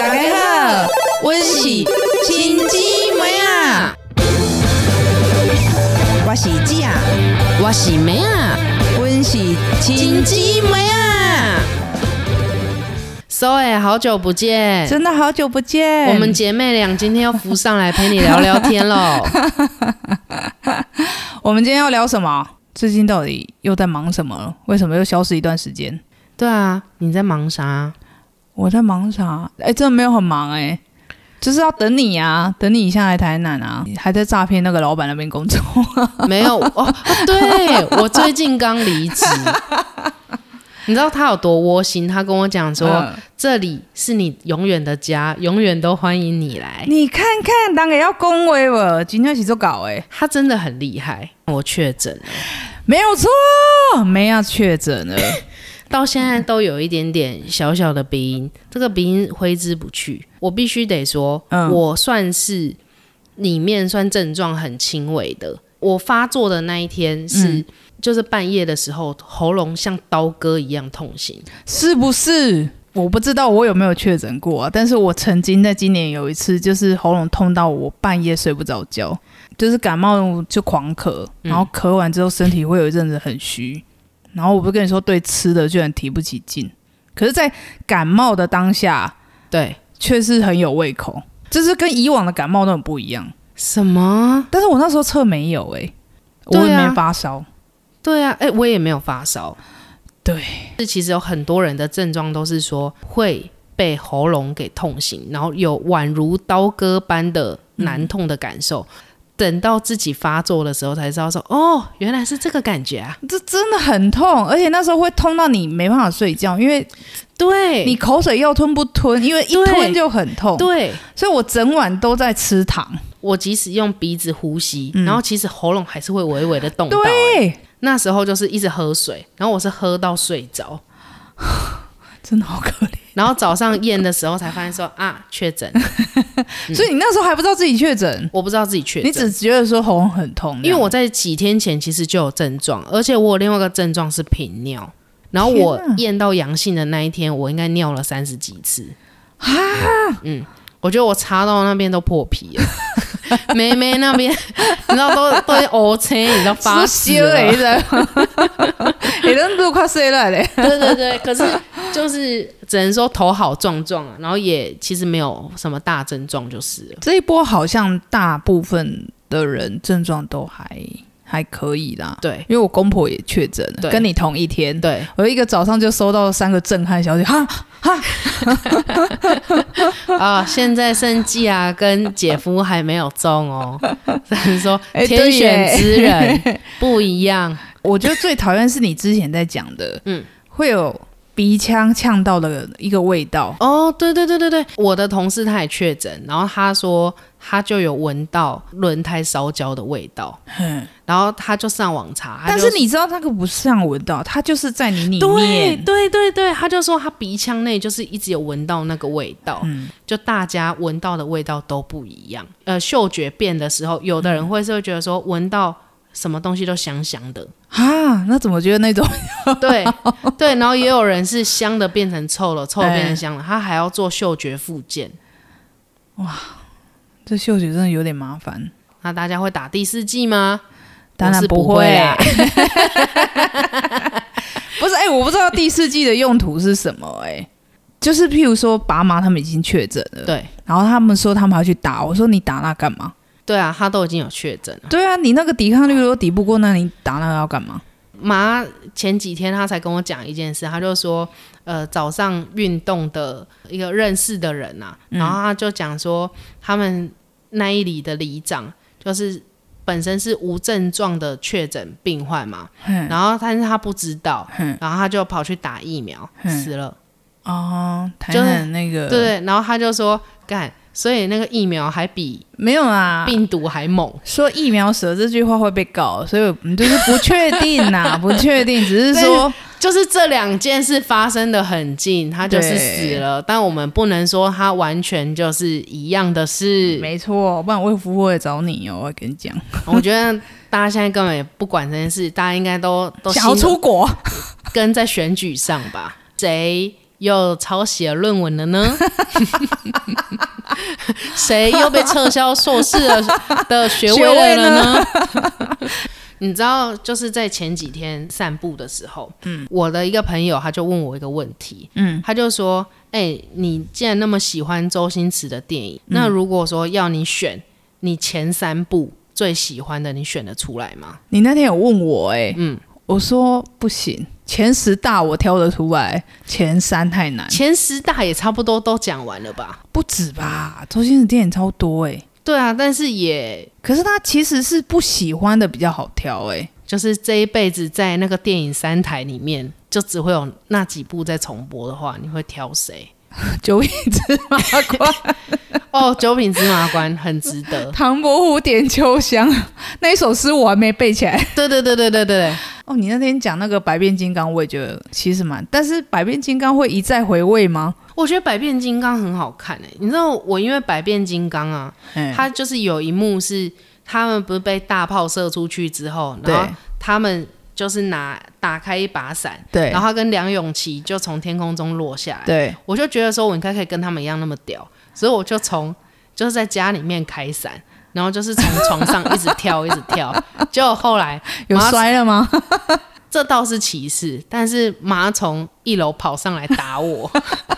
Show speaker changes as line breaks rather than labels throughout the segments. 大家好，我是亲姊妹啊，
我是姐啊，
我是妹啊，
我是
亲姊妹啊。So 哎，好久不见，
真的好久不见，
我们姐妹俩今天要浮上来陪你聊聊天喽。
我们今天要聊什么？最近到底又在忙什么了？为什么又消失一段时间？
对啊，你在忙啥？
我在忙啥？哎、真的没有很忙哎、就是要等你啊，等你一下来台南啊，还在诈骗那个老板那边工作。
没有哦，哦对我最近刚离职。你知道他有多窝心？他跟我讲 说，哎
嗯
这里是你永远的家，永远都欢迎你来。
你看看，当然要恭维我，今天起就搞哎、
他真的很厉害。我确诊了，
没有错，没要确诊了。
到现在都有一点点小小的鼻音，这个鼻音挥之不去。我必须得说，
嗯
我算是里面算症状很轻微的。我发作的那一天是，就是半夜的时候，喉咙像刀割一样痛醒。
是不是？我不知道我有没有确诊过啊，但是我曾经在今年有一次，就是喉咙痛到我半夜睡不着觉，就是感冒就狂咳，
嗯
然后咳完之后身体会有一阵子很虚，然后我不是跟你说对吃的居然提不起劲，可是，在感冒的当下
对，
却是很有胃口，就是跟以往的感冒都很不一样。
什么？
但是我那时候测没有诶、我
对
也
啊
没发烧，
对啊，哎、我也没有发烧。
对，
是其实有很多人的症状都是说会被喉咙给痛醒，然后有宛如刀割般的难痛的感受。等到自己发作的时候，才知道说哦，原来是这个感觉啊！
这真的很痛，而且那时候会痛到你没办法睡觉，因为
对，
你口水要吞不吞，因为一
对
吞就很痛，
对
所以我整晚都在吃糖。
我即使用鼻子呼吸，然后其实喉咙还是会微微的动到、欸
嗯对，
那时候就是一直喝水，然后我是喝到睡着，
真的好可怜。
然后早上验的时候才发现说啊，确诊了，
所以你那时候还不知道自己嗯确诊，
我不知道自己确诊。
你只觉得说喉咙很痛，
因为我在几天前其实就有症状，而且我有另外一个症状是频尿，然后我验到阳性的那一天，我应该尿了三十几次。嗯，我觉得我插到那边都破皮了， 妹妹那边你知道都都在 O C，你知道发
发
烧 啊
烧了，
了
你。知道吗你人哎都快睡了嘞。
对对对，可是就是只能说头好壮壮啊，然后也其实没有什么大症状，就是了。
这一波好像大部分的人症状都还还可以啦，
对
因为我公婆也确诊了，
对
跟你同一天。
对，
我一个早上就收到三个震撼消息，哈，
啊，现在圣季啊跟姐夫还没有中 哦，只能说
哎
天
对
选
耶
之人不一样。
我觉得最讨厌是你之前在讲的，
嗯
嗯，会有鼻腔呛到的一个味道，
哦，对对对对对，我的同事他也确诊，然后他说他就有闻到轮胎烧焦的味道，然后他就上网查，他
但
啊就是
你知道那个不是让闻到，它就是在你里
对
面，
对对对，他就说他鼻腔内就是一直有闻到那个味道，
嗯
就大家闻到的味道都不一样。呃，嗅觉变的时候，有的人会是会觉得说闻到什么东西都香香的。
啊，那怎么觉得那种？
对 对，然后也有人是香的变成臭了，臭的
哎
变成香了，他还要做嗅觉复健。
这嗅觉真的有点麻烦，
那大家会打第四季吗？
当然
我是不啊
会
啦。
不是，哎、我不知道第四季的用途是什么、哎，就是譬如说爸妈他们已经确诊了，
对
然后他们说他们要去打，我说你打那干嘛？
对啊，他都已经有确诊了。
对啊，你那个抵抗力如果抵不过，那你打那个要干嘛？
妈前几天她才跟我讲一件事，她就说，呃，早上运动的一个认识的人啊，然
嗯
后她就讲说，他们那一里的里长就是本身是无症状的确诊病患嘛，然后但是他不知道，然后他就跑去打疫苗，死了。
哦，台
就是
南那个
对，然后他就说干，所以那个疫苗还比
没有啦，
病毒还猛。
说疫苗蛇这句话会被告，所以我们就是不确定呐、 不确定，只是说
就是这两件事发生的很近，他就是
对
死了，但我们不能说他完全就是一样的事。
没错，不然卫福部会找你哦，我跟你讲，
我觉得大家现在根本也不管这件事，大家应该都都
想要
心
出国，
跟在选举上吧，谁又抄写论文了呢？ 谁又被撤销硕士的的学位了呢？ 你知道，就是在前几天散步的时候，嗯，我的一个朋友他就问我一个问题，嗯，他就说：“哎、你既然那么喜欢周星驰的电影，那如果说要你选你前三部最喜欢的，你选得出来吗？”
你那天有问我、哎，
嗯，
我说不行，前十大我挑得出来，前三太难，
前十大也差不多都讲完了吧？
不止吧？周星驰电影超多哎、
对啊，但是也
可是他其实是不喜欢的比较好挑哎、
就是这一辈子在那个电影三台里面，就只会有那几部在重播的话，你会挑谁？
九品芝麻官、
哦，《九品芝麻官》很值得。
唐伯虎点秋香那一首诗我还没背起来。
对对对对对对，
哦，你那天讲那个百变金刚，我也觉得其实蛮，但是百变金刚会一再回味吗？
我觉得《百变金刚》很好看诶、你知道我因为《百变金刚》啊，
嗯，
它就是有一幕是他们不是被大炮射出去之后，然后
对
他们就是拿打开一把伞，
对
然后他跟梁咏琪就从天空中落下来。
对，
我就觉得说我应该可以跟他们一样那么屌，所以我就从就是在家里面开伞，然后就是从床上一直跳一直跳，结果后来
有
麻
摔了吗？
这倒是歧视，但是妈从一楼跑上来打我，。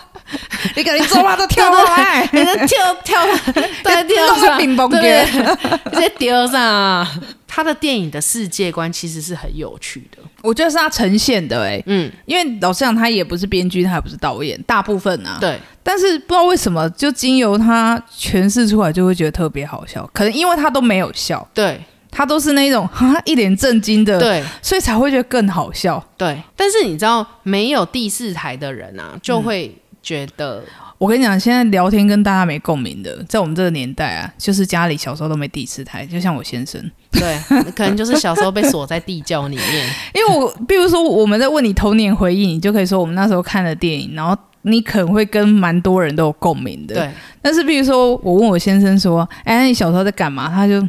你赶紧走吧，都 跳 哎过来
人家跳跳 在地
弄个
上，
乒乓球
对对对在地上啊。他的电影的世界观其实是很有趣的，
我觉得是他呈现的哎、
嗯，
因为老实讲，他也不是编剧，他也不是导演，大部分啊。
对，
但是不知道为什么，就经由他诠释出来，就会觉得特别好笑。可能因为他都没有笑，
对，
他都是那种哈一脸震惊的，，
对。
所以才会觉得更好笑。
对，但是你知道，没有第四台的人啊，就会觉得，
我跟你讲，现在聊天跟大家没共鸣的，在我们这个年代啊，就是家里小时候都没第四台，就像我先生，
对，可能就是小时候被锁在地窖里 面。
因为我比如说我们在问你童年回忆，你就可以说我们那时候看的电影，然后你可能会跟蛮多人都有共鸣的，
对，
但是比如说，我问我先生说：“哎，那你小时候在干嘛？”他就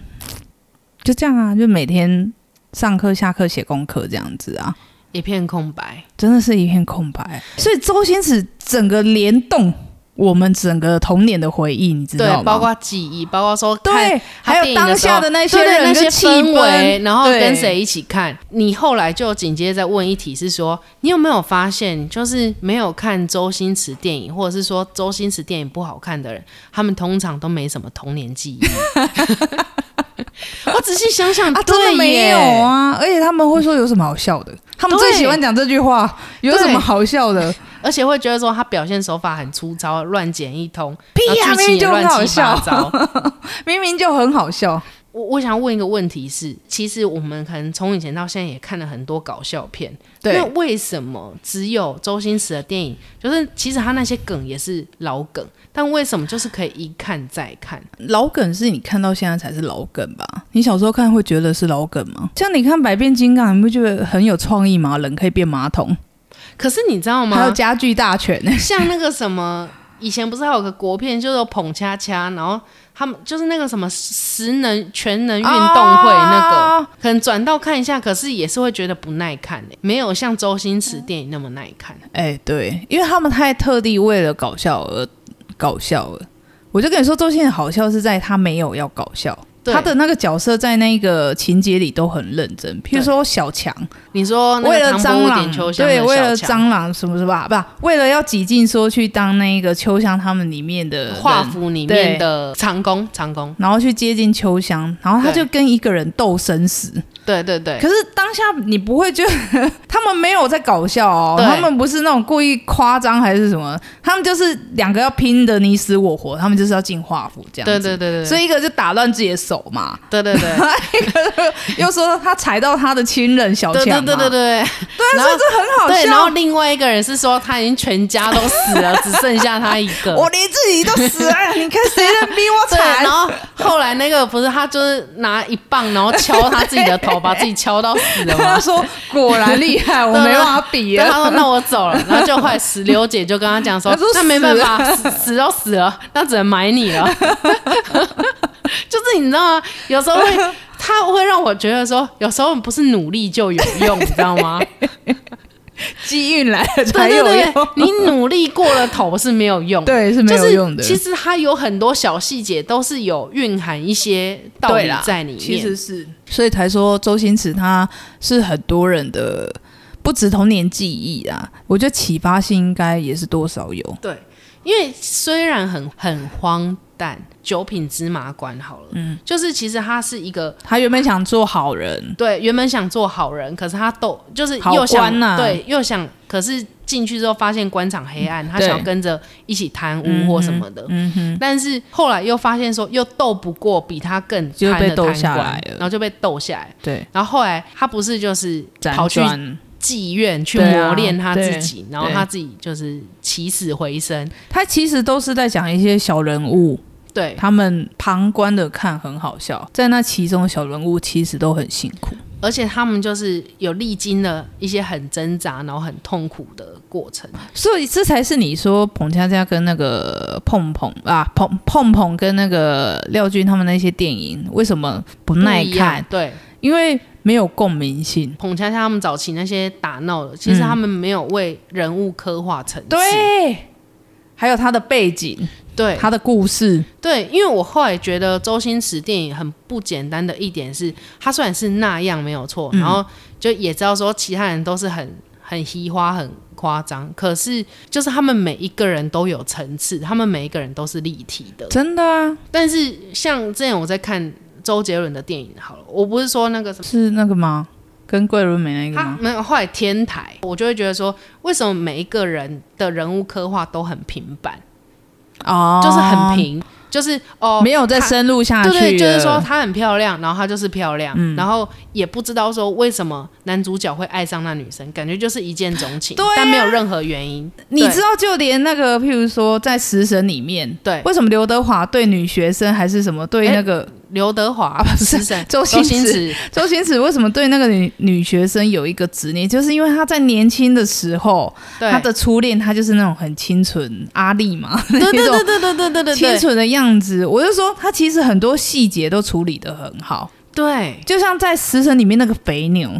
就这样啊，就每天上课、下课写功课这样子啊，
一片空白。
真的是一片空白。所以周星驰整个联动我们整个童年的回忆，你知道
对，
吗？
包括记忆，包括说看
对，还有当下的那些
对对
人
那些
跟气
氛围，
氛，
然后
对
跟谁一起看。你后来就紧接着再问一题是说，你有没有发现，就是没有看周星驰电影，或者是说周星驰电影不好看的人，他们通常都没什么童年记忆。 我仔细想想，
啊，真的
对
没
耶
有啊！而且他们会说有什么好笑的？他们最
对
喜欢讲这句话，有什么
对
好笑 的？
而且会觉得说他表现手法很粗糙，乱剪一通，
屁
然
呀、
后
明
剧情
明
也
就很好
乱七八
笑，
糟。
明明就很好笑。
我我想问一个问题是，其实我们可能从以前到现在也看了很多搞笑片，
对
那，为什么只有周星驰的电影，就是其实他那些梗也是老梗，但为什么就是可以一看再看？
老梗是你看到现在才是老梗吧？你小时候看会觉得是老梗吗？像你看《百变金刚》，你不觉得很有创意吗？人可以变马桶，
可是你知
还
道
有
吗？
家具大全。
像那个什么，以前不是还有个国片，就是有捧恰恰，然后他们就是那个什么十能全能运动会那个，
啊
可能转到看一下，可是也是会觉得不耐看、欸、没有像周星驰电影那么耐看。
哎、对，因为他们太特地为了搞笑而搞笑了。我就跟你说，周星驰好笑是在他没有要搞笑，
对
他的那个角色在那个情节里都很认真。譬如说小强，
你说那
为
个
了
唐伯
蟑
虎
螂
点秋，香的
对，
小
为了
强
蟑螂什么什么，不是，为了要挤进说去当那个秋香他们里面的人
画幅里面的长工，长工，
然后去接近秋香，然后他
对
就跟一个人斗生死。
对对对，
可是当下你不会觉得 他们没有在搞笑哦，
对
他们不是那种故意夸张还是什么，他们就是两个要拼的你死我活，他们就是要进画符这样
对
子。
对对对，
所
以
以一个就打乱自己的手 嘛，
对对 对。
又说他踩到他的亲人小
对
强
对
嘛，
对对对，对
对啊，
然
所
后
以这很好
对，然后
笑。啊
另外一个人是说他已经全家都死了，只剩下他一个。
我连自己都死了，你看谁能比我
对，
惨
然？后后来那个不是他就是拿一棒，然后敲他自己的 头，把自己敲到死了
他
吗？
说果然厉害，我没办法比啊
对，
了。
他说那我走了，然后就后来 石榴姐就跟他讲说，
她说
那没办法，死死都死了，那只能买你了。 就是你知道吗？有时候会， 他会让我觉得说，有时候不是努力就有用，你知道吗？
机运来了才
对
有
对对
用，，
你努力过了头是没有用的。
对是没
就
有
是
用的。
其实它有很多小细节都是有蕴含一些道
对
理
啦
在里面。
其实是，所以才说周星驰他是很多人的不止童年记忆啊，我觉得启发性应该也是多少有。
对，因为虽然很很荒诞，九品芝麻官好了，嗯，就是其实他是一个
他原本想做好人，
对原本想做好人，可是他斗就是
好
又想、
官呐
对又想，可是进去之后发现官场黑暗，他想要
对
跟着一起贪污或什么的，
嗯哼，
但是后来又发现说又斗不过比他更
就
贪
被
的
斗
贪
下
官
来了
然后就被斗下来。
对，
然后后来他不是就是跑
辗
去
转。
妓院去
对啊
磨练他自己，然后
对
他自己就是起死回生，
他其实都是在讲一些小人物，
对，
他们旁观的看很好笑，在那其中小人物其实都很辛苦。
而且他们就是有历经了一些很挣扎，然后很痛苦的过程。
所以这才是你说彭佳佳跟那个碰碰啊，碰碰碰跟那个廖俊他们那些电影为什么不耐
不一样
看？
对
因为没有共鸣性。
彭恰恰他们早期那些打闹的，其实他们没有为人物刻画层次。
对，还有他的背景，
对
他的故事，
对，因为我后来觉得周星驰电影很不简单的一点是，他虽然是那样没有错，然后就也知道说其他人都是很很嘻花很。夸张，可是就是他们每一个人都有层次，他们每一个人都是立体的。
真的啊，
但是像之前我在看周杰伦的电影，好了，我不是说那个什么。
是那个吗？跟桂纶镁那个
他
吗？
没有，后来天台，我就会觉得说，为什么每一个人的人物刻画都很平板，
哦，
就是很，平，就是哦，
没有再深入下去
对
了。
对，就是说她很漂亮，然后她就是漂亮，
嗯
然后也不知道说为什么男主角会爱上那女生，感觉就是一见钟情，
对啊
但没有任何原因。
你
对
知道，就连那个，譬如说在《食神》里面，
对
为什么刘德华对女学生还是什么对
哎
那个、
刘德华、
不是
食神
周
周
星
星
驰
驰，
周星驰为什么对那个女女学生有一个执念，就是因为他在年轻的时候，
对，
他的初恋他就是那种很清纯阿丽嘛，
对对
那
对
种
对对对对对
清
对
纯的样子。我就说他其实很多细节都处理得很好，
对
就像在《食神》里面那个肥牛，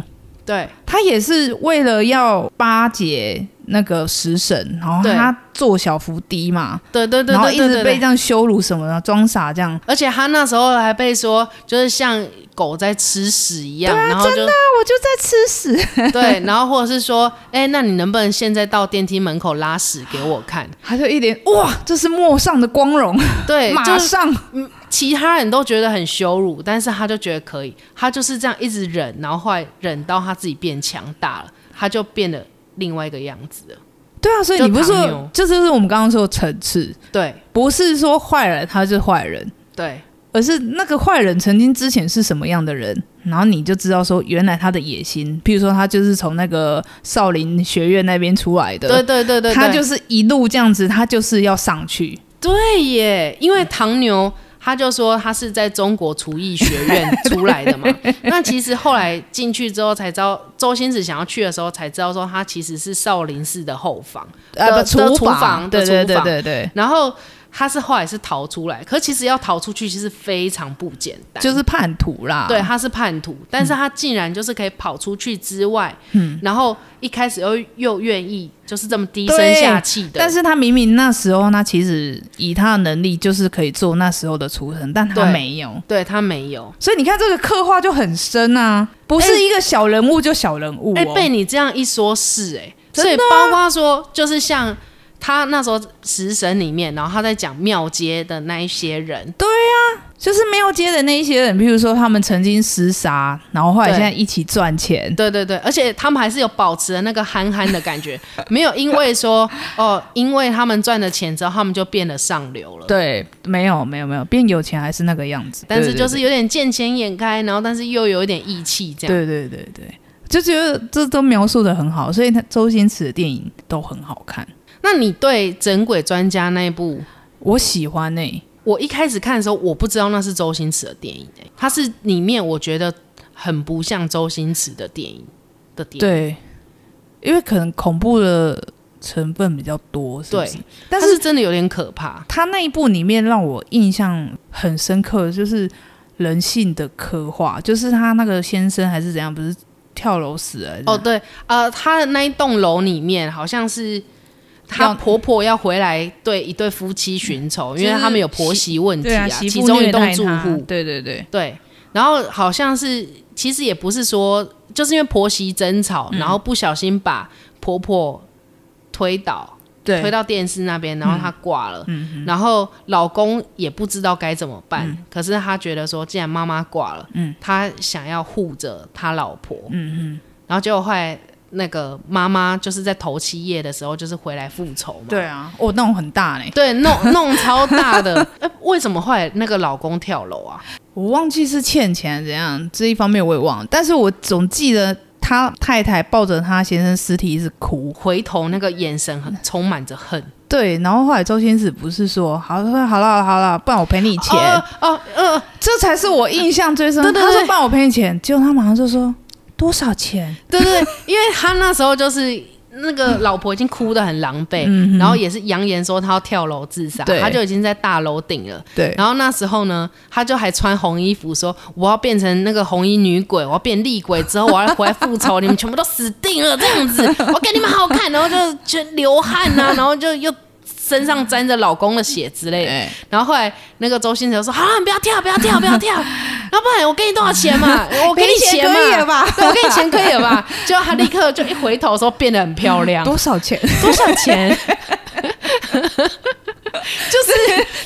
对
他也是为了要巴结那个食神，然后
对
他做小伏低嘛，
对对对
然后
对
一
对
直
对
被
对
这。样羞辱什么的，装傻这样。
而且他那时候还被说，就是像狗在吃屎一样，
啊
然后就
我就在吃屎，
对，然后或者是说，哎、那你能不能现在到电梯门口拉屎给我 看？
他就一脸哇，这是陌上的光荣，
对，
马
就是
上
其他人都觉得很羞辱，但是他就觉得可以，他就是这样一直忍，然后后来忍到他自己变强大了，他就变得另外一个样子了。
对啊，所以你不是
就唐
说
牛，
这就是我们刚刚说的层次，
对
不是说坏人他是坏人，
对
而是那个坏人曾经之前是什么样的人，然后你就知道说原来他的野心，譬如说他就是从那个少林学院那边出来的，
对对对对，
他
对
就是一路这样子，他就是要上去，
对耶，因为唐牛他就说他是在中国厨艺学院出来的嘛。 那其实后来进去之后才知道，周星驰想要去的时候才知道说他其实是少林寺的后房，
呃，
的
不
的
厨
房
对
的
对
厨
对
房
对对，
然后。他是后来是逃出来，可其实要逃出去其实非常不简单，
就是叛徒啦，
对，他是叛徒，但是他竟然就是可以跑出去之外，
嗯
然后一开始又又愿意就是这么低声
对
下气的，
但是他明明那时候，他其实以他的能力就是可以做那时候的厨神，但他
对
没有。
对他没有，
所以你看这个刻画就很深啊，不是
哎
一个小人物就小人物、哦。
哎、被你这样一说，是哎、
真
所
的啊
以包括说，就是像他那时候《食神》里面，然后他在讲庙街的那一些人，
就是庙街的那一些人，譬如说他们曾经厮杀，然后后来
对
现在一起赚钱，
对对对，而且他们还是有保持了那个憨憨的感觉，没有因为说哦，因为他们赚了钱之后，他们就变得上流了。
对，没有没有没有变有钱还是那个样子，
但是
对
就是有点见钱眼开，然后但是又有一点义气，这样
对对对对对，就觉得这都描述的很好，所以他周星驰的电影都很好看，
那你对《整鬼专家》那一部，
我喜欢欸呢、
我一开始看的时候，我不知道那是周星驰的电影、欸，它是里面我觉得很不像周星驰的电影的电影。
对，因为可能恐怖的成分比较多，是不是
对？
但
它
是
是真的有点可怕。
他那一部里面让我印象很深刻，就是人性的刻画，就是他那个先生还是怎样，不是跳楼死了。
哦，对，呃，她的那一栋楼里面好像是她
要
婆婆要回来对一对夫妻寻仇，
就是
因为他们有婆媳问题
嗯对啊，媳
嗯其
妇
中一
虐
栋
待
住
他
户
对对对，
对，然后好像是其实也不是说，就是因为婆媳争吵，
嗯
然后不小心把婆婆推倒，
对嗯
推到电视那边，然后她挂了，然后老公也不知道该怎么办，可是他觉得说，既然妈妈挂了，
嗯
他想要护着他老婆，嗯嗯，然后结果后来那个妈妈就是在头七夜的时候，就是回来复仇嘛，
对啊，哦，那种很大呢，
对，弄弄超大的， 哎，为什么后来那个老公跳楼啊？
我忘记是欠钱还是怎样，这一方面我也忘了，但是我总记得他太太抱着他先生尸体一直哭。
回头那个眼神很充满着恨，
对，然后后来周星驰不是说好了好了好了，不然我赔你钱，
哦哦呃，
这才是我印象最深。
对对对
他说不然我赔你钱，结果他马上就说多少钱？
对对，对因为他那时候就是那个老婆已经哭得很狼狈，然后也是扬言说他要跳楼自杀，
对
他就已经在大楼顶了。
对，
然后那时候呢，他就还穿红衣服，说我要变成那个红衣女鬼，我要变厉鬼，之后我要回来复仇，你们全部都死定了，这样子，我给你们好看。然后就就流汗啊，然后就又身上沾着老公的血之类的。
对
然后后来那个周星驰就说：“好了，你不要跳，不要跳，不要跳，要不然我给你多少钱嘛？我给你钱嘛，
给你钱可以了吧
对我给你钱可以了吧？”结果他立刻就一回头说变得很漂亮，
多少钱？
多少钱？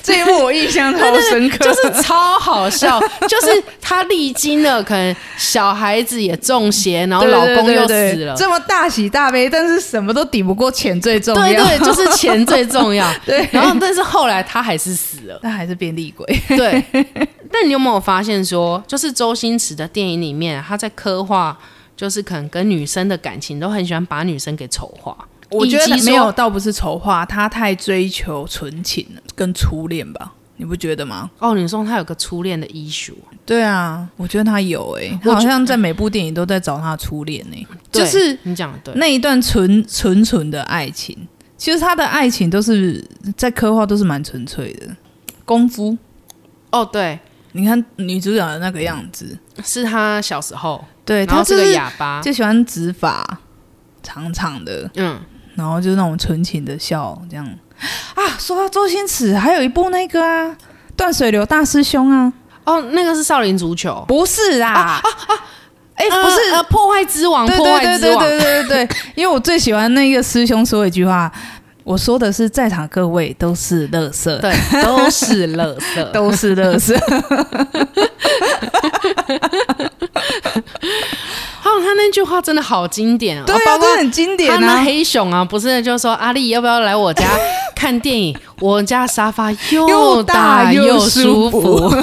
这一幕我印象超深刻，
就是超好笑，就是他历经了可能小孩子也中邪，然后
对
老
对
公
对
又
对
死了，
这么大喜大悲，但是什么都抵不过钱最重要。
对对，就是钱最重要。
对
然后但是后来他还是死了。
但还是变厉 鬼。
对， 那你有没有发现说，就是周星驰的电影里面，他在刻画，就是可能跟女生的感情，都很喜欢把女生给丑化。
我觉
以
得
及
没有，
说
倒不是丑化，他太追求纯情了，跟初恋吧，你不觉得吗？
哦，你说他有个初恋的 issue，
对啊，我觉得他有诶、
我
他好
觉
像在每部电影都在找他的初恋呢、
对
就是
你讲的对，
那一段纯纯纯的爱情。其实他的爱情都是在刻画，都是蛮纯粹的。功夫，
哦对，
你看女主角的那个样子，
是他小时候，
对
然
他
后
哎就是
个哑巴，
就喜欢直发长长的，
嗯，
然后就是那种纯情的笑，这样啊。说到周星驰，还有一部那个啊，《断水流大师兄》啊，
哦，那个是少林足球，
不是啊，哎、
呃
不是，
呃破坏之王，
对
破坏
对对
之
对
王，
对对对对，因为我最喜欢那个师兄说一句话，我说的是在场各位都是乐色，
对，都是乐色，
都是乐色，
哦，他那句话真的好经典哦，
对
包
啊，
括
这很经典
他那
啊。
黑熊啊，不是就说阿丽要不要来我家看电影？我家 沙发又大又舒
又
服。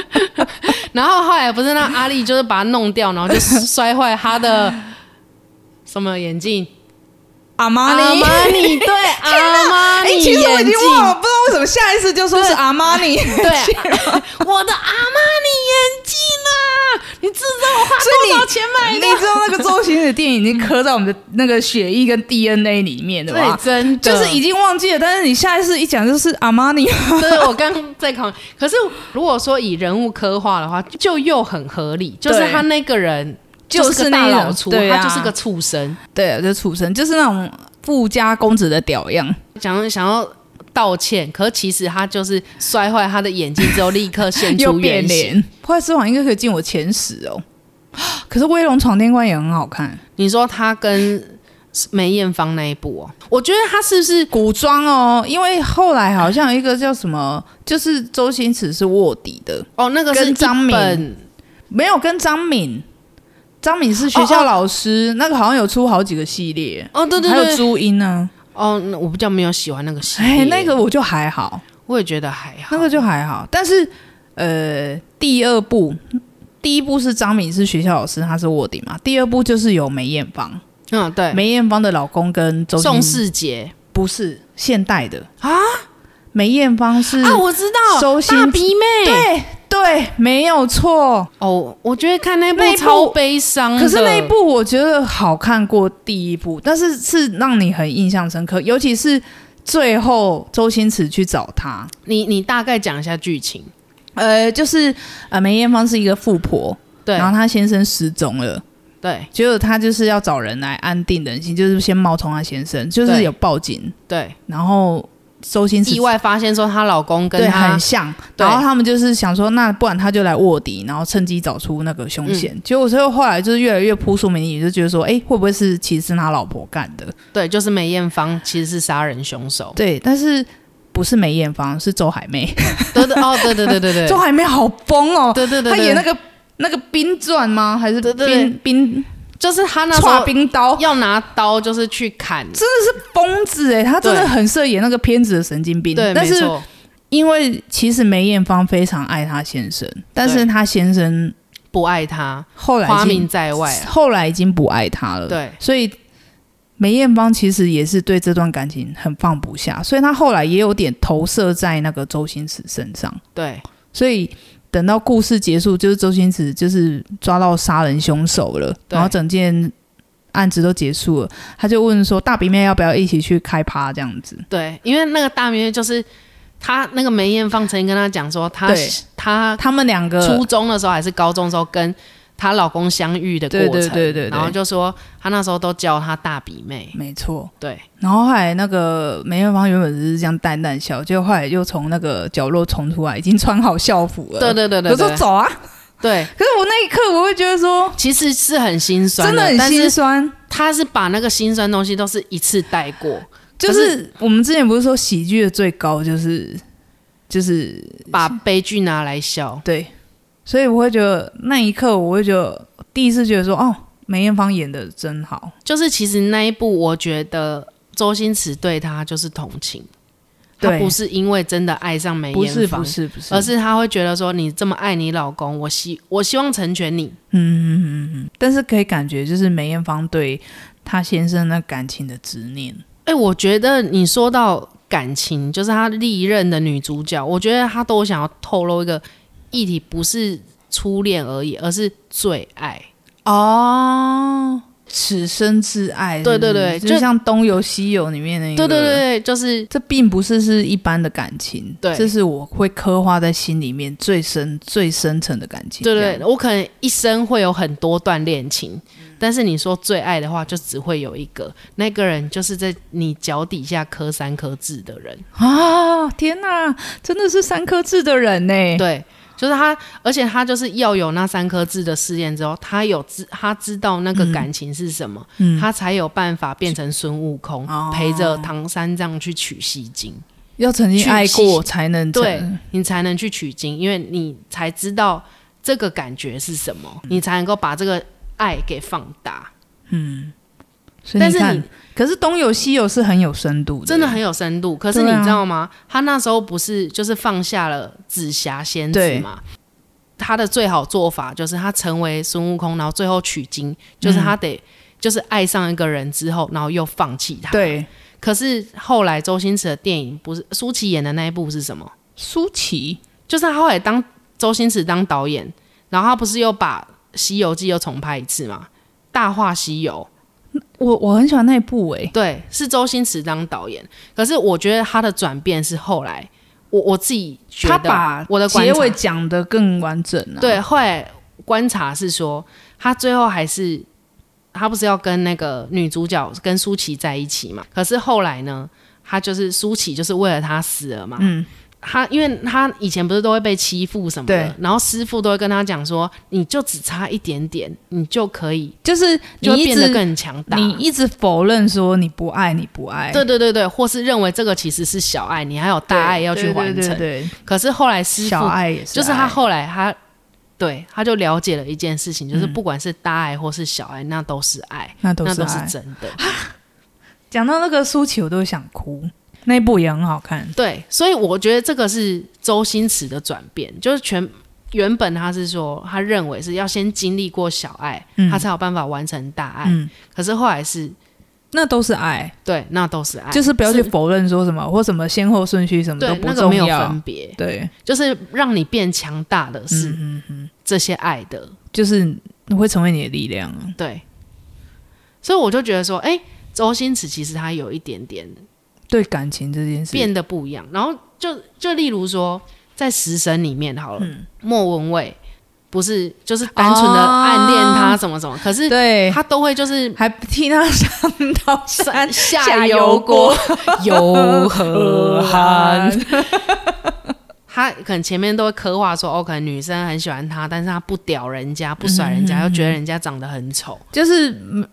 然后后来不是让阿丽就是把它弄掉，然后就摔坏他的什么眼镜？
阿玛
阿
尼，
玛尼对阿玛
哎、
尼
其实我已
眼
经
镜，
忘了，不知道为什么下意识就说是阿玛尼，
对， 我的阿玛尼眼镜啊！你知道我 花
所以你
多少钱买
你
的？
知道那个周星驰的电影已经刻在我们的那个血液跟 DNA 里面的吧
对，？真的
就是已经忘记了，但是你下一次一讲就是啊阿玛尼，
对，我刚刚在考。可是如果说以人物刻画的话，就又很合理，就是他那个人
就是
个大
那种
老粗，
对啊
他就是个畜生，
对，就畜生，就是那种富家公子的屌 样，
想想要道歉，可其实他就是摔坏他的眼睛之后，立刻现
又
出
变
原形。
脸。坏之王应该可以进我前十哦， 可是威龙闯天关也很好看，
你说他跟梅艳芳那一部哦，我觉得他是不是
古装哦，因为后来好像有一个叫什么，就是周星驰是卧底的，
哦那个是
跟张
一
敏
本
没有跟张敏，张敏是学校老师，那个好像有出好几个系列，
哦对对
还有
对
朱茵呢、
哦，那我比较没有喜欢那个戏，
哎，那个我就还好，
我也觉得还好，
那个就还好。但是呃，第二部，第一部是张敏是学校老师，她是卧底嘛。第二部就是有梅艳芳，
嗯对，
梅艳芳的老公跟周
宋
星
世杰
不是现代的
啊，
梅艳芳是、
啊我知道
周星
大鼻妹
对对，没有错。
哦，我觉得看那
那一
部
部
超悲伤的，
可是那一部我觉得好看过第一部，但是是让你很印象深刻，尤其是最后周星驰去找她。
你你大概讲一下剧情，
呃，就是呃，梅艳芳是一个富婆，
对
然后她先生失踪了，
对
结果他就是要找人来安定人心，就是先冒充他先生，就是
对
有报警，
对，
然后周星驰
意外发现说她老公跟
对
她
很像，
对
然后他们就是想说，那不然他就来卧底，然后趁机找出那个
嗯
凶嫌。结果最后后来就是越来越扑朔迷离，就觉得说，哎，会不会是其实是他老婆干的？
对，就是梅艳芳其实是杀人 凶手。
对，但是不是梅艳芳，是周海媚。
对对哦，对对对对 对，
周海媚好疯哦，
对对对，
她演那
对
个那个冰钻吗？还是
对对
冰冰
就是她那时
跨
候
冰刀？
要拿刀就是去砍，
疯子哎，她真的
对
很适合演那个片子的神经病。
对，
但
没
是
错，
因为其实梅艳芳非常爱她先生，但是
对
她先生
不爱她，
后来已
花
经
名在外啊。
后来已经不爱他了。，
对
所以梅艳芳其实也是对这段感情很放不下，所以她后来也有点投射在那个周星驰身上。
对
所以等到故事结束，就是周星驰就是抓到杀人凶手了，
对
然后整件案子都结束了，他就问说大饼妹要不要一起去开趴这样子。
对，因为那个大明月就是她那个梅艳芳曾经跟她讲说，她
对
她
他们两个
初中的时候还是高中的时候跟她老公相遇的过程，
对对对对对
然后就说她那时候都叫她大比妹，
没错，
对
然后后来那个梅艳芳原本只是这样淡淡笑，结果后来又从那个角落冲出来，已经穿好校服了。
对对对对
我说
对，
走啊，
对，
可是我那一刻我会觉得说，
其实是很心酸
真的很
但
心
是
酸。
她是把那个心酸东西都是一次带过，
就
可
是我们之前不是说喜剧的最高就是就是
把悲剧拿来笑，
对，所以我会觉得那一刻我会觉得第一次觉得说哦，梅艳芳演的真好，
就是其实那一部，我觉得周星驰对她就是同情，他
对
不是因为真的爱上梅
不是
艳
不
芳。
是不是，
而是他会觉得说你这么爱你老公，我希我希望成全你，
但是可以感觉就是梅艳芳对她先生那感情的执念，
哎、我觉得你说到感情，就是她历任的女主角，我觉得她都想要透露一个议题，不是初恋而已，而是最爱。
哦。此生挚爱是不是，
对对对
就
就
像《东游西游》里面那个，
对对对对，就是
这并不是是一般的感情，
对
这是我会刻画在心里面最深、最深层的感情。
对
这
对，
样，
对我可能一生会有很多段恋情，但是你说最爱的话，就只会有一个，那个人就是在你脚底下磕三颗痣的人。
啊，天哪，真的是三颗痣的人呢。
对，就是他，而且他就是要有那三颗痣的试验之后，他有知他知道那个感情是什么，
嗯
他才有办法变成孙悟空，
哦
陪着唐三藏去取西经，
要曾经爱
去
过才能成
对你才能去取经，因为你才知道这个感觉是什么，你才能够把这个爱给放大。
所以
但
你
是
看，
你
可是东游西游是很有深度的，
真的很有深度。可是你
对啊
知道吗？他那时候不是就是放下了紫霞仙子
对
嘛？他的最好做法就是他成为孙悟空，然后最后取经，就是
嗯
他得、就是爱上一个人之后，然后又放弃他。。
对。
可是后来周星驰的电影不是舒淇演的那一部是什么？
舒淇
就是他后来当周星驰当导演，然后他不是又把《西游记》又重拍一次嘛？《大话西游》
我我很喜欢那一部欸诶、
对，是周星驰当导演。可是我觉得他的转变是后来，我我自己觉
他
得
把
我的观
结
察
尾讲的更完整啊。
对，后来观察是说，他最后还是他不是要跟那个女主角跟舒淇在一起嘛？可是后来呢，他就是舒淇就是为了他死了嘛。
嗯，
他因为他以前不是都会被欺负什么
对
的，然后师傅都会跟他讲说，你就只差一点点，你就可以，
就是你
就会
一
变得
直
更强大。
你一直否认说你不爱，你不爱，
对对对对，或是认为这个其实是小爱，你还有大爱要去
对
完成。
对对对
可是后来师
小
傅
爱也是，
就是他，后来他对他就了解了一件事情，就是不管是大爱或是小爱，那都是爱，
那都
那
嗯是
都
爱。
是真的。
讲到那个舒淇，我都想哭，那一部也很好看。
对，所以我觉得这个是周星驰的转变，就是全原本他是说他认为是要先经历过小爱，
嗯
他才有办法完成大爱。
嗯，
可是后来是
那都是爱，
对，那都是爱，
就是不要去否认说什么或什么先后顺序什么都
对
不
那个没
重
有
要
分。别，
对，
就是让你变强大的
嗯
是
嗯嗯，
这些爱的。
就是会成为你的力量啊。
对，所以我就觉得说，哎、周星驰其实他有一点点
对感情这件事，
变得不一嗯样。然后就就例如说，在《食神》里面好了，莫文蔚不是就是单纯的暗恋他什么什么，可是
对，
他都会 就是
还替他上到
下
山
下油 锅油和寒。他可能前面都会刻画说，哦，可能女生很喜欢他，但是他不屌人家，不甩人家，又觉得人家长得很丑。
就是嗯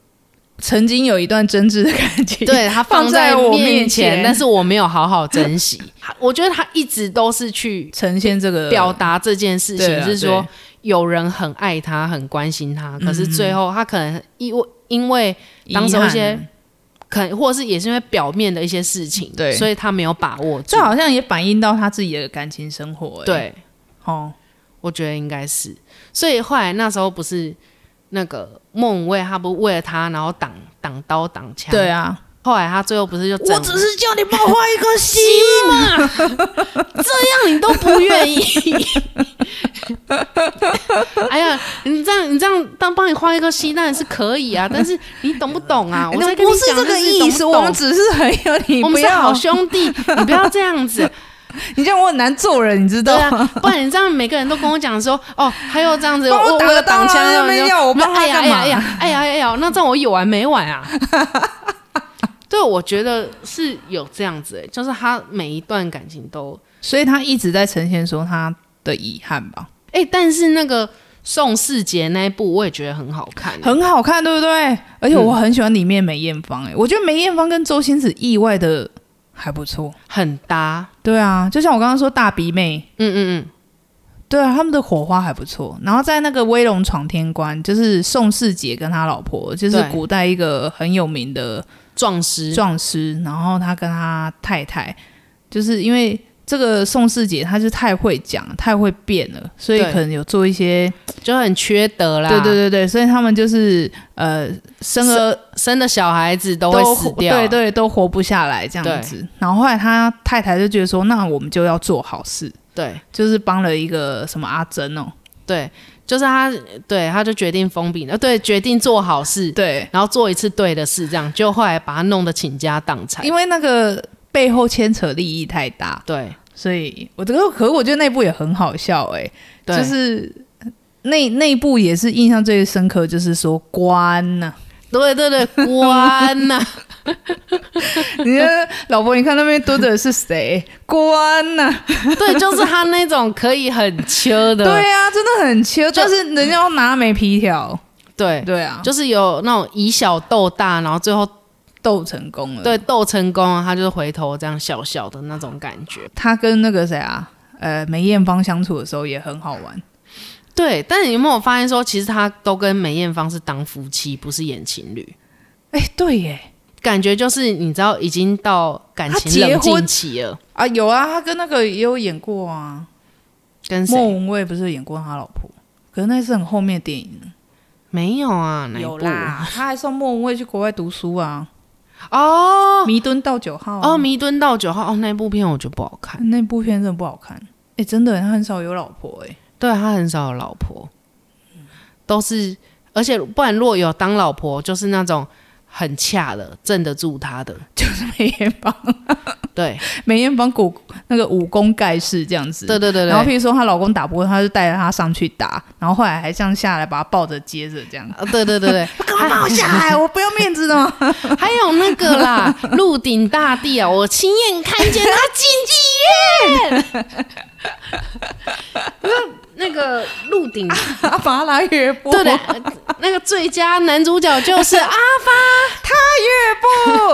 曾经有一段争执的感 情，
对他
放
在
在我
面
面前
但是我没有好 好珍惜。他我觉得他一直都是去
呈现这个
表达这件事
对
情，
啊
是说有人很爱他，很关心他，可是最后他可能因为因为当时有一
遗
些
憾
可能或者是也是因为表面的一些事情，
对
所以他没有把握住
这。好像也反映到他自己的感情生活、欸。，
对，
哦，
我觉得应该是。所以后来那时候不是那个莫文蔚，他不是为了他然后挡挡刀挡枪，
对啊，
后来他最后不是就整
我只是叫你帮我画一颗心，
这样你都不 愿意。 哎呀，你这样你这样当帮你画一颗心当然是可以啊，但是你懂不懂 啊？我在跟
不
你
是
讲
这
就
个
是你
意思，
懂
我
不懂
们只是很有你
我
不
们是
要
好，兄弟， 你不要这样子，
你这样我很难做人，你知
对
道
啊
吗？，
不然你这样每个人都跟我讲说，哦，他又这样子，
帮我
我
打个
有挡
刀啊
枪
那
了，
边
你就
要我帮
那
他
哎呀
干嘛
哎呀哎呀哎呀哎呀，那这样我有完没完 啊？对，我觉得是有这样子、欸，就是他每一段感情都
所以他一直在呈现说他的遗憾吧，
哎、但是那个宋世杰那一部我也觉得很好看，
很好看，对不对？而且
嗯
我很喜欢里面梅艳芳、欸，哎，我觉得梅艳芳跟周星驰意外的还不错。
很搭。
对啊，就像我刚刚说大鼻妹，
嗯嗯嗯，
对啊，他们的火花还不错。然后在那个《威龙闯天关》，就是宋世杰跟他老婆，就是
对
古代一个很有名的
壮师
壮师，然后他跟他太太，就是因为这个宋世杰他是太会讲、太会变了，所以
对
可能有做一些，
就很缺德啦。
对对，对对，所以他们就是呃生儿
生的小孩子都会
都
死掉。
对对，都活不下来这样子。然后后来他太太就觉得说，那我们就要做好事，
对
就是帮了一个什么阿珍哦，
对，就是他，对他就决定封闭，呃，对，决定做好事，
对，
然后做一次对的事，这样就后来把他弄得倾家荡产。
因为那个背后牵扯利益太大，
对
所以我这个可我觉得那部也很好笑哎、
对，
就是那那部也是印象最深刻，就是说关呐、
对对对，关呐、
你的老婆，你看那边蹲着的是谁？关呐、
对，就是他那种可以很秋的，
对啊，真的很缺，就是人家要拿眉皮条，
对
对啊，就
就是有那种以小斗大，然后最后
斗成功了。
对，斗成功了，他就是回头这样笑笑的那种感觉。
他跟那个谁啊，呃，梅艳芳相处的时候也很好玩。
对，但你有没有发现说，其实他都跟梅艳芳是当夫妻，不是演情侣？
哎、对耶，
感觉就是你知道，已经到感
他结
情冷静
婚
期了。
啊有啊，他跟那个也有演过啊。
跟
莫
谁？
文蔚不是演过他老婆？可是那是很后面的电影，
没有啊，哪一部？，
他还送莫文蔚去国外读书啊，
哦
弥敦道九号》
哦，弥敦道九号哦，那部片我觉得不好看。
那部片真的不好看。哎、真的，他很少有老婆哎、
对他很少有老婆，都是而且不然，如果有当老婆，就是那种很恰的，镇得住他的。
梅艳芳，
对，
梅艳芳古那个武功盖世这样子。
对对对对。
然后譬如说她老公打不过，她就带着她上去打，然后后来还这样下来把她抱着接着这样。
啊对对 对对，
干嘛抱下来？我不要面子的吗？
还有那个啦，《鹿鼎大帝》啊，我亲眼看见他进妓院。 那那个《鹿鼎》
把她拉越波，
对的， 呃那个最佳男主角就是啊
她越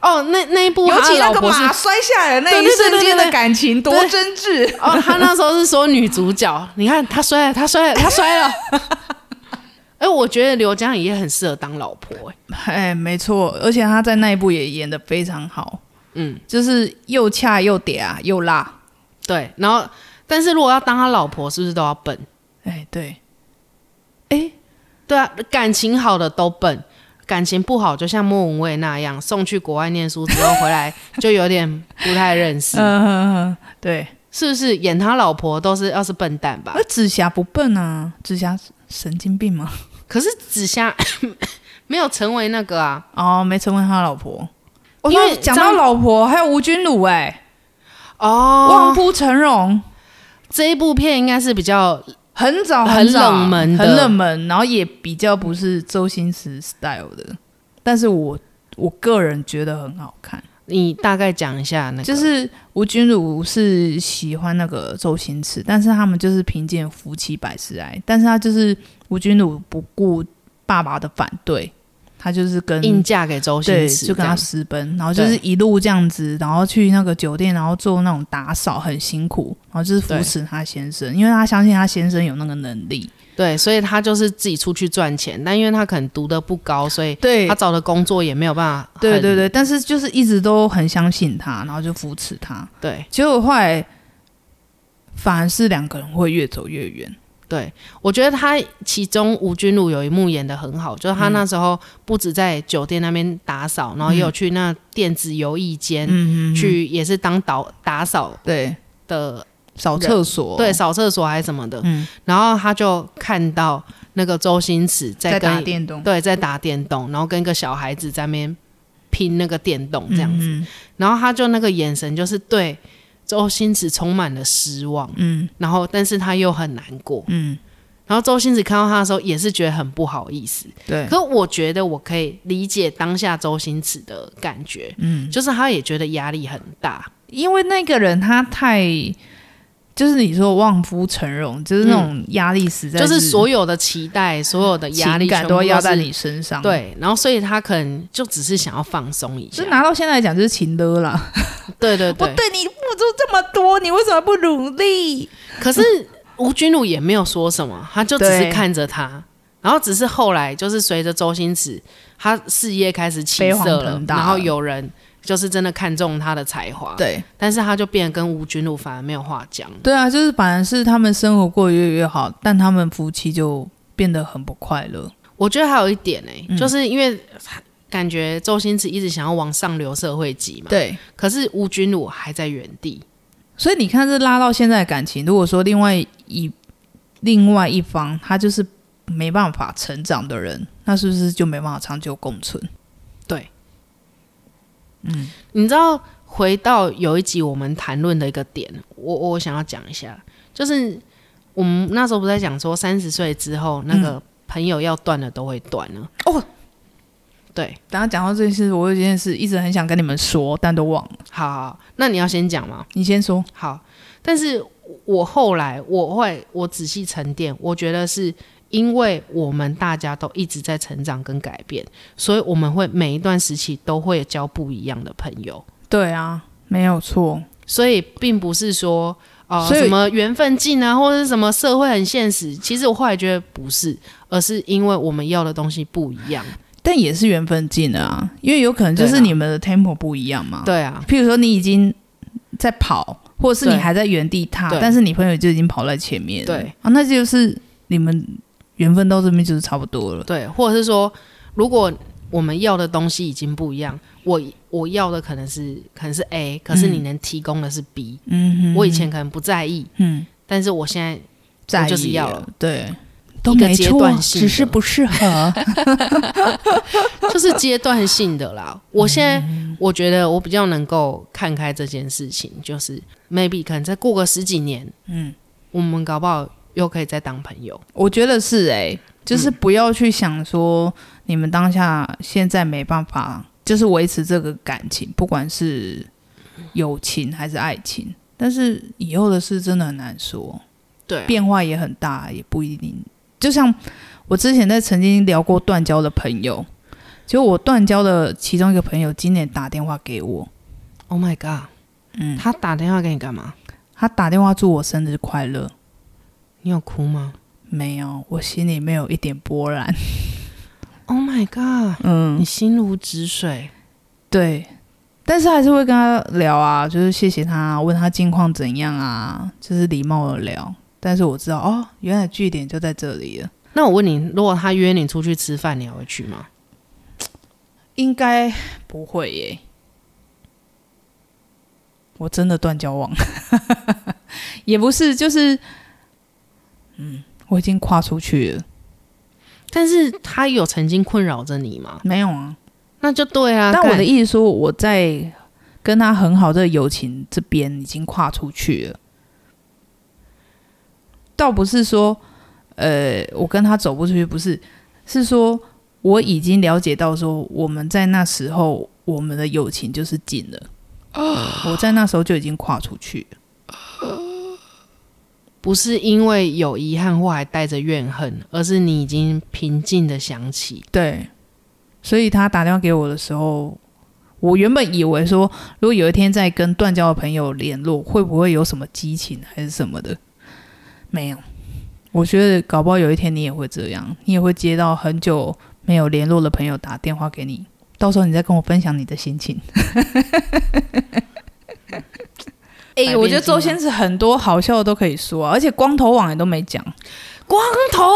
哦，那那一部
波，尤
他
其那
老
个
婆是
马摔下来的那
对
一
对对
瞬
对
间
对
的感情多
对
真挚。
哦，他那时候是说女主角，你看他摔了，他摔了，他摔了。哎，我觉得刘嘉玲也很适合当老婆、哎，
哎，没错，而且他在那一部也演的非常好，
嗯，
就是又恰又嗲又辣。
对。然后，但是如果要当他老婆，是不是都要笨？
哎，对，哎，
对啊，感情好的都笨，感情不好就像莫文蔚那样，送去国外念书之后回来就有点不太认识，
嗯、对，
是不是？演他老婆都是要是笨蛋吧
而？紫霞不笨啊，紫霞神经病吗？
可是紫霞 没有成为那个啊，
哦，没成为他老婆。我
因
说
为
讲
张
到老婆，还有吴君如、哎，
哦
望夫成龙，
这一部片应该是比较
很早
很
早
冷门的
很冷门，然后也比较不是周星驰 style 的，但是我我个人觉得很好看。
你大概讲一下那个，
就是吴君如是喜欢那个周星驰，但是他们就是贫贱夫妻百事哀，但是他就是吴君如不顾爸爸的反对，他就是跟
硬嫁给周
对，
星驰，
就跟他
这样
私奔，然后就是一路这样子，然后去那个酒店，然后做那种打扫，很辛苦，然后就是扶
对
持他先生，因为他相信他先生有那个能力。
对，所以他就是自己出去赚钱，但因为他可能读的不高，所以
对
他，找的工作也没有办法很。
对对对，但是就是一直都很相信他，然后就扶持他。
对
结果后来反而是两个人会越走越远。
对，我觉得他其中吴君如有一幕演的很好，就是他那时候不止在酒店那边打扫，然后也有去那电子游艺间、
嗯
去，也是当导打扫
对，
的，
扫厕所，
对，扫厕所还是什么的。
嗯，
然后他就看到那个周星驰
在
在跟
打电动，
对在打电动，然后跟一个小孩子在那边拼那个电动这样子。
嗯
然后他就那个眼神就是对周星驰充满了失望，
嗯
然后但是他又很难过。
嗯，
然后周星驰看到他的时候也是觉得很不好意思，
对，
可我觉得我可以理解当下周星驰的感觉，
嗯，
就是他也觉得压力很大，
因为那个人他太。就是你说望夫成荣，就是那种压力实在
就是所
有
有的期待、所有的压力
感
全部
都
都
压在
是
你身上。，
对，然后所以他可能就只是想要放松一下
就，拿到现在来讲，就是情勒啦。
对对对。
你付出这么多，你为什么不努力？
可是吴君如也没有说什么，他就只是
对
看着他，然后只是后来就是随着周星驰，他事业开始起
飞黄
色了
腾，达
然后有人就是真的看中他的才华，，
对
但是他就变得跟吴君如反而没有话讲，
对啊，就是反而是他们生活过得越来越好，但他们夫妻就变得很不快乐。
我觉得还有一点呢、
嗯
就是因为感觉周星驰一直想要往上流社会级嘛，
对，
可是吴君如还在原地，
所以你看，这拉到现在的感情，如果说另外一另外一方他就是没办法成长的人，那是不是就没办法长久共存？
你知道，回到有一集我们谈论的一个点，我我想要讲一下，就是我们那时候不是在讲说，三十岁之后那个朋友要断的都会断了。
哦，
对，
等下讲到这些，我有一件事一直很想跟你们说，但都忘了。
好好，好那你要先讲嘛。
你先说。
好，但是我后来我会我仔细沉淀，我觉得是因为我们大家都一直在成长跟改变，所以我们会每一段时期都会交不一样的朋友。
对啊，没有错。
所以并不是说哦、呃
所以
什么缘分尽啊，或者是什么社会很现实。其实我后来觉得不是，而是因为我们要的东西不一样。
但也是缘分尽了啊，因为有可能就
对
是
啦
你们的 tempo 不一样嘛。，
对啊，
譬如说你已经在跑，或者是你
对
还在原地踏
对，
但是你朋友就已经跑在前面了。
对
啊，那就是你们缘分到这边就是差不多了。
对，或者是说，如果我们要的东西已经不一样，我我要的可能是可能是 A，可是你能提供的是 B、
嗯哼
我以前可能不在意，
嗯，
但是我现在
在意
就是要
了
了
对，都
一个
没
阶
错
段，性
只
的
是不适 合。
就是阶段性的啦。我现在
嗯
我觉得我比较能够看开这件事情，就是 maybe 可能再过个十几年，嗯，我们搞不好又可以再当朋友。
我觉得是哎、就是不要去想说你们当下现在没办法，就是维持这个感情，不管是友情还是爱情，但是以后的事真的很难说，
对
变化也很大，也不一定。就像我之前在曾经聊过断交的朋友，就我断交的其中一个朋友今年打电话给我，
，Oh my god，
嗯
他打电话给你干嘛？
他打电话祝我生日快乐，
你有哭吗
没有，我心里没有一点波澜。
？Oh my god，
嗯
你，心如止水。
对，但是还是会跟他聊啊，就是谢谢他，问他近况怎样啊，就是礼貌的聊。但是我知道哦，原来据点就在这里了，
那我问你，如果他约你出去吃饭，你还会去吗？
应该不会耶。我真的断交往， 也不是，就是，嗯，我已经跨出去了，
但是他有曾经困扰着你吗？
没有啊。
那就对啊。
但我的
干
意思说，我在跟他很好的友情这边已经跨出去了。倒不是说，呃，我跟他走不出去，不是，是说我已经了解到说，我们在那时候我们的友情就是近 了。我在那时候就已经跨出去了，
不是因为有遗憾或还带着怨恨，而是你已经平静的想起，
对，所以他打电话给我的时候，我原本以为说，如果有一天再跟断交的朋友联络，会不会有什么激情还是什么的？没有，我觉得搞不好有一天你也会这样，你也会接到很久没有联络的朋友打电话给你，到时候你再跟我分享你的心情。 哎、
百变
我觉得
之王
周先生很多好笑的都可以说啊、而且光头网也都没讲。
光头王，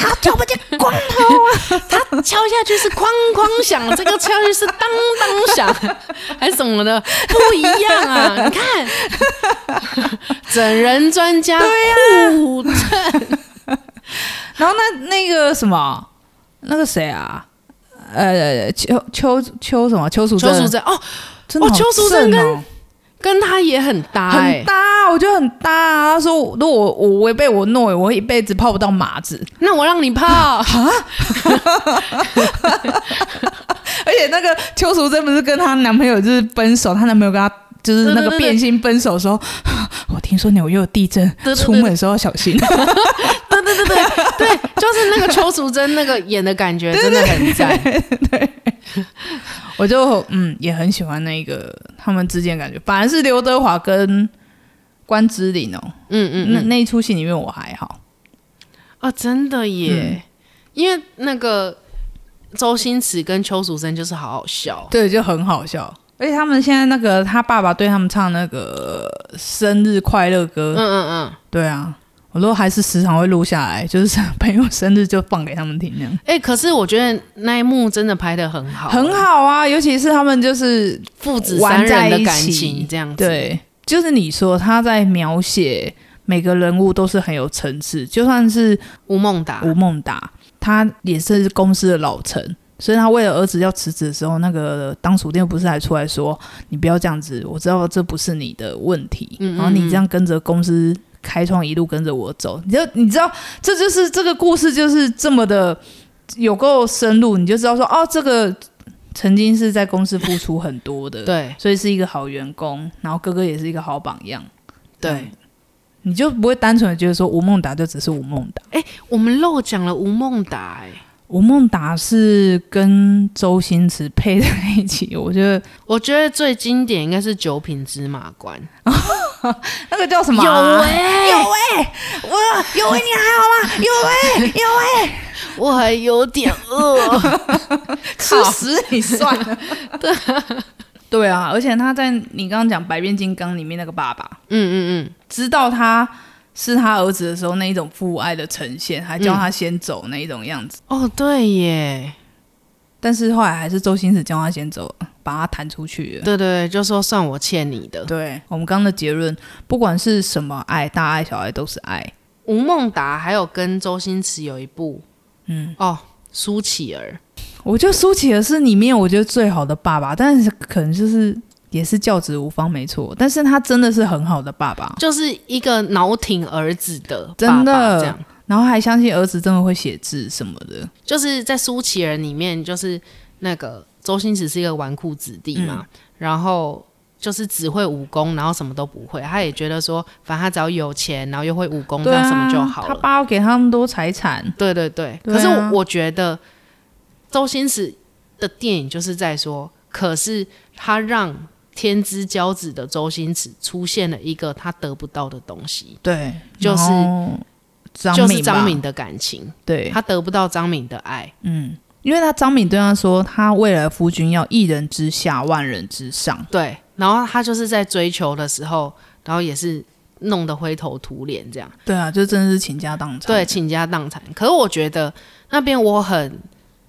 对，好久不见，光头啊王，他敲下去是哐哐响，这个敲下去是当当 响，还是什么的，不一样啊！你 看，整人专家，对呀、
然后那那个什么，那个谁啊？呃，邱邱邱什么？邱淑贞，
邱淑贞哦，
真的
哦
好
邱淑贞
正
跟
哦
跟他也很搭、欸，
很搭，我觉得很搭、啊。他说，如果我我违背我诺言，我会一辈子泡不到马子。
那我让你泡，
而且那个邱淑贞不是跟她男朋友就是分手，她男朋友跟她。就是那个
对对对
变心分手的时候， 我听说纽约有地震，
对对对
出门的时候要小心。
对对对对对，就是那个邱淑贞那个演的感觉真的很赞，
我就嗯也很喜欢那个他们之间的感觉，反而是刘德华跟关之琳哦，
嗯嗯
那
嗯，
那一出戏里面我还好，
啊，真的耶，因为那个周星驰跟邱淑贞就是好好笑，
对，就很好笑。而且他们现在那个他爸爸对他们唱那个生日快乐歌
嗯，嗯嗯，
对啊，我都还是时常会录下来，就是朋友生日就放给他们听，这样
哎、可是我觉得那一幕真的拍的很好，欸
很好啊。尤其是他们就是
父子三人的感情这样子，，
对，就是你说他在描写每个人物都是很有层次，就算是
吴孟达，
吴孟达，他也是公司的老臣，所以他为了儿子要辞职的时候，那个当属店不是还出来说：“你不要这样子，我知道这不是你的问题，
嗯嗯
然后你这样跟着公司开创一路跟着我走，你就你知道，这就是这个故事就是这么的有够深入，你就知道说哦，这个曾经是在公司付出很多的，，
对
所以是一个好员工，然后哥哥也是一个好榜样，
对，
嗯你就不会单纯的觉得说吴孟达就只是吴孟达。”
我们漏讲了吴孟达、哎，
吴孟达是跟周星驰配在一起， 我觉得
我觉得最经典应该是《九品芝麻官》，
那个叫什么、
有
啊？
哎、
我有为你还好吗？有欸为有 为，
我还 有点饿，
吃屎你算 了。对对啊，而且他在你刚刚讲《百变金刚》里面那个爸爸，
嗯嗯嗯，
知道他是他儿子的时候，那一种父爱的呈现，还叫他先走那一种样子。
哦对耶，
但是后来还是周星驰叫他先走，把他弹出去了。
对对对，就说算我欠你的。
对我们刚刚的结论，不管是什么爱，大爱小爱都是爱。
吴孟达还有跟周星驰有一部，嗯，哦，苏乞儿，
我觉得苏乞儿是里面我觉得最好的爸爸，但是可能就是也是教子无方没错，但是他真的是很好的爸爸，
就是一个脑挺儿子的爸爸
真的
这样，
然后还相信儿子真的会写字什么的。
就是在苏乞儿里面，就是那个周星驰是一个纨绔子弟嘛，
嗯
然后。就是只会武功，然后什么都不会。他也觉得说，反正他只要有钱，然后又会武功，这
对
样
啊，
嗯什么就好
他
了。
爸要给他那么多财产，
对对对，
对啊
可是我我觉得周星驰的电影就是在说，可是他让天之骄子的周星驰出现了一个他得不到的东西，
对，
就是
然后张
就
敏
是
吧
张敏，的感情，
对，
他得不到张敏的爱。
嗯，因为他张敏对他说，他未来夫君要一人之下，万人之上，
对，然后他就是在追求的时候，然后也是弄得灰头土脸这样，
对啊，就真的是倾家荡产，
对，，倾家荡产。可是我觉得那边我很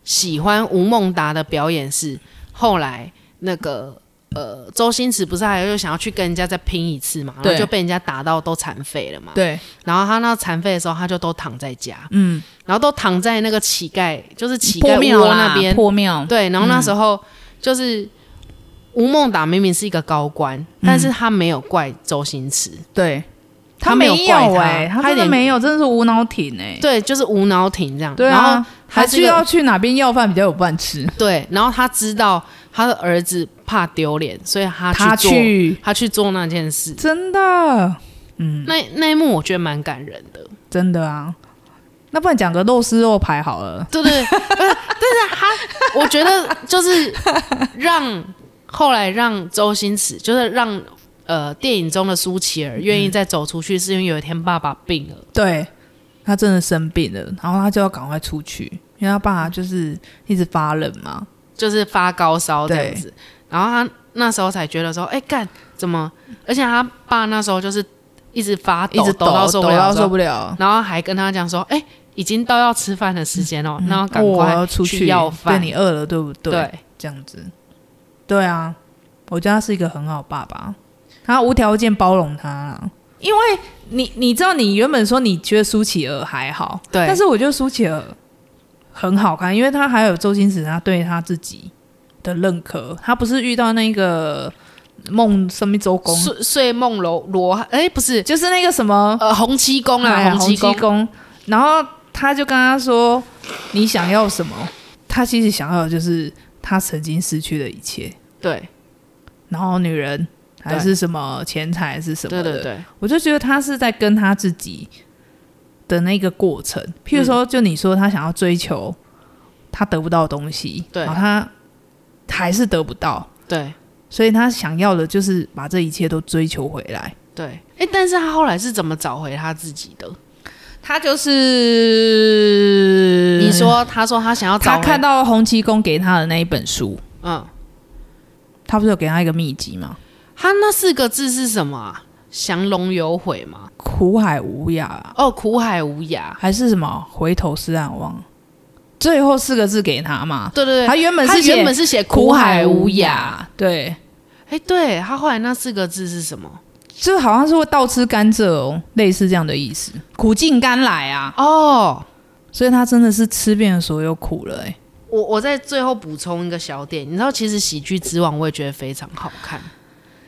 喜欢吴孟达的表演是，后来那个呃周星驰不是还又想要去跟人家再拼一次嘛，然后
对嗯
就被人家打到都残废了嘛。
对，
然后他那残废的时候，他就都躺在家，
嗯，
然后都躺在那个乞丐，就是乞丐
破庙
窝
啦
那边。
破庙，
对，然后那时候就是。
嗯
吴孟达明明是一个高官，但是他没有怪周星驰，
对，
他
没
有怪
有哎、
他
他真的
一点
没有，真的是无脑挺哎、
对，就是无脑挺这样。
对
然
啊
后，
还
他是一
去
个
要去哪边要饭比较有饭吃，
对，然后他知道他的儿子怕丢脸，所以他
他
去做
去，
他去做那件事。
真的，嗯，
那那一幕我觉得蛮感人的，
真的啊。那不然讲个肉丝肉排好了，
对不对？不是呃但是他，我觉得就是让后来让周星驰，就是让呃电影中的苏乞儿
嗯
愿意再走出去，是因为有一天爸爸病了，
对他真的生病了，然后他就要赶快出去，因为他爸就是一直发冷嘛，
就是发高烧这样
对
子，然后他那时候才觉得说，哎干怎么？而且他爸那时候就是一直发
一
抖，
直
抖到受不
抖
了
到
的时候，
受不了，
然后还跟他讲说，哎、已经到要吃饭的时间哦，那要赶
嗯我
快
要出
去要饭。
对你饿了对不对？
对
这样子，对啊，我觉得他是一个很好的爸爸，他无条件包容他啦。因为你你知道，你原本说你觉得苏乞儿还好，
对
但是我觉得苏乞儿很好看，因为他还有周星驰他对他自己的认可，他不是遇到那个梦什么周公，
睡睡梦罗罗汉，哎，不是，
就是那个什么
呃，洪七公
哎
啦，洪七公，
公，然后他就跟他说：“你想要什么？”他其实想要的就是他曾经失去的一切，
对
然后女人还
对
是什么钱财还是什么
对
的。
对对，
我就觉得他是在跟他自己的那个过程，譬
嗯
如说，就你说他想要追求他得不到的东西，
对啊
然后他还是得不到，
对
所以他想要的就是把这一切都追求回来。
对，哎，但是他后来是怎么找回他自己的？
他就是
你说，他说他想要找
他
回
看，到洪七公给他的那一本书，
嗯，
他不是有给他一个秘籍吗？
他那四个字是什么啊？降龙有悔嘛？
苦海无涯啊
哦，苦海无涯。
还是什么回头是岸，我忘了。最后四个字给他嘛，
对对
他
对，
原本
他
是写
原本是写
苦海无
无涯。
涯，对，
哎，对他后来那四个字是什么？
就好像是会倒吃甘蔗哦，类似这样的意思，苦尽甘来啊。
哦，
所以他真的是吃遍了所有苦了、欸，
我我在最后补充一个小点，你知道，其实《喜剧之王》我也觉得非常好看。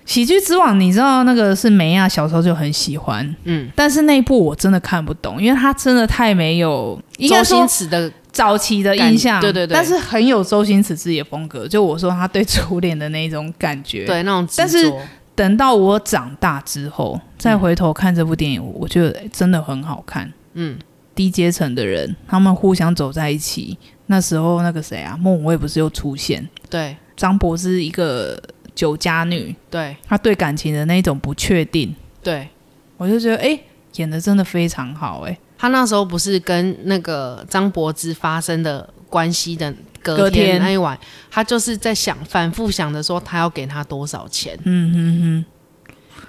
喜剧之王，你知道那个是梅亚小时候就很喜欢，
嗯，
但是那一部我真的看不懂，因为他真的太没有，应
周
该说
星驰的
早期的印象，
感对对对
但是很有周星驰自己的风格。就我说他对初恋的那一种感觉。，
对那种执着，
但是等到我长大之后
嗯
再回头看这部电影，我觉得诶真的很好看。
嗯，
低阶层的人他们互相走在一起，那时候那个谁啊，莫文蔚不是又出现？
对
张柏芝一个酒家女，
对
她对感情的那一种不确定，
对，
我就觉得诶演的真的非常好诶。
他那时候不是跟那个张柏芝发生的关系的隔
隔天
那一晚，他就是在想，反复想着说他要给他多少钱。
嗯嗯嗯。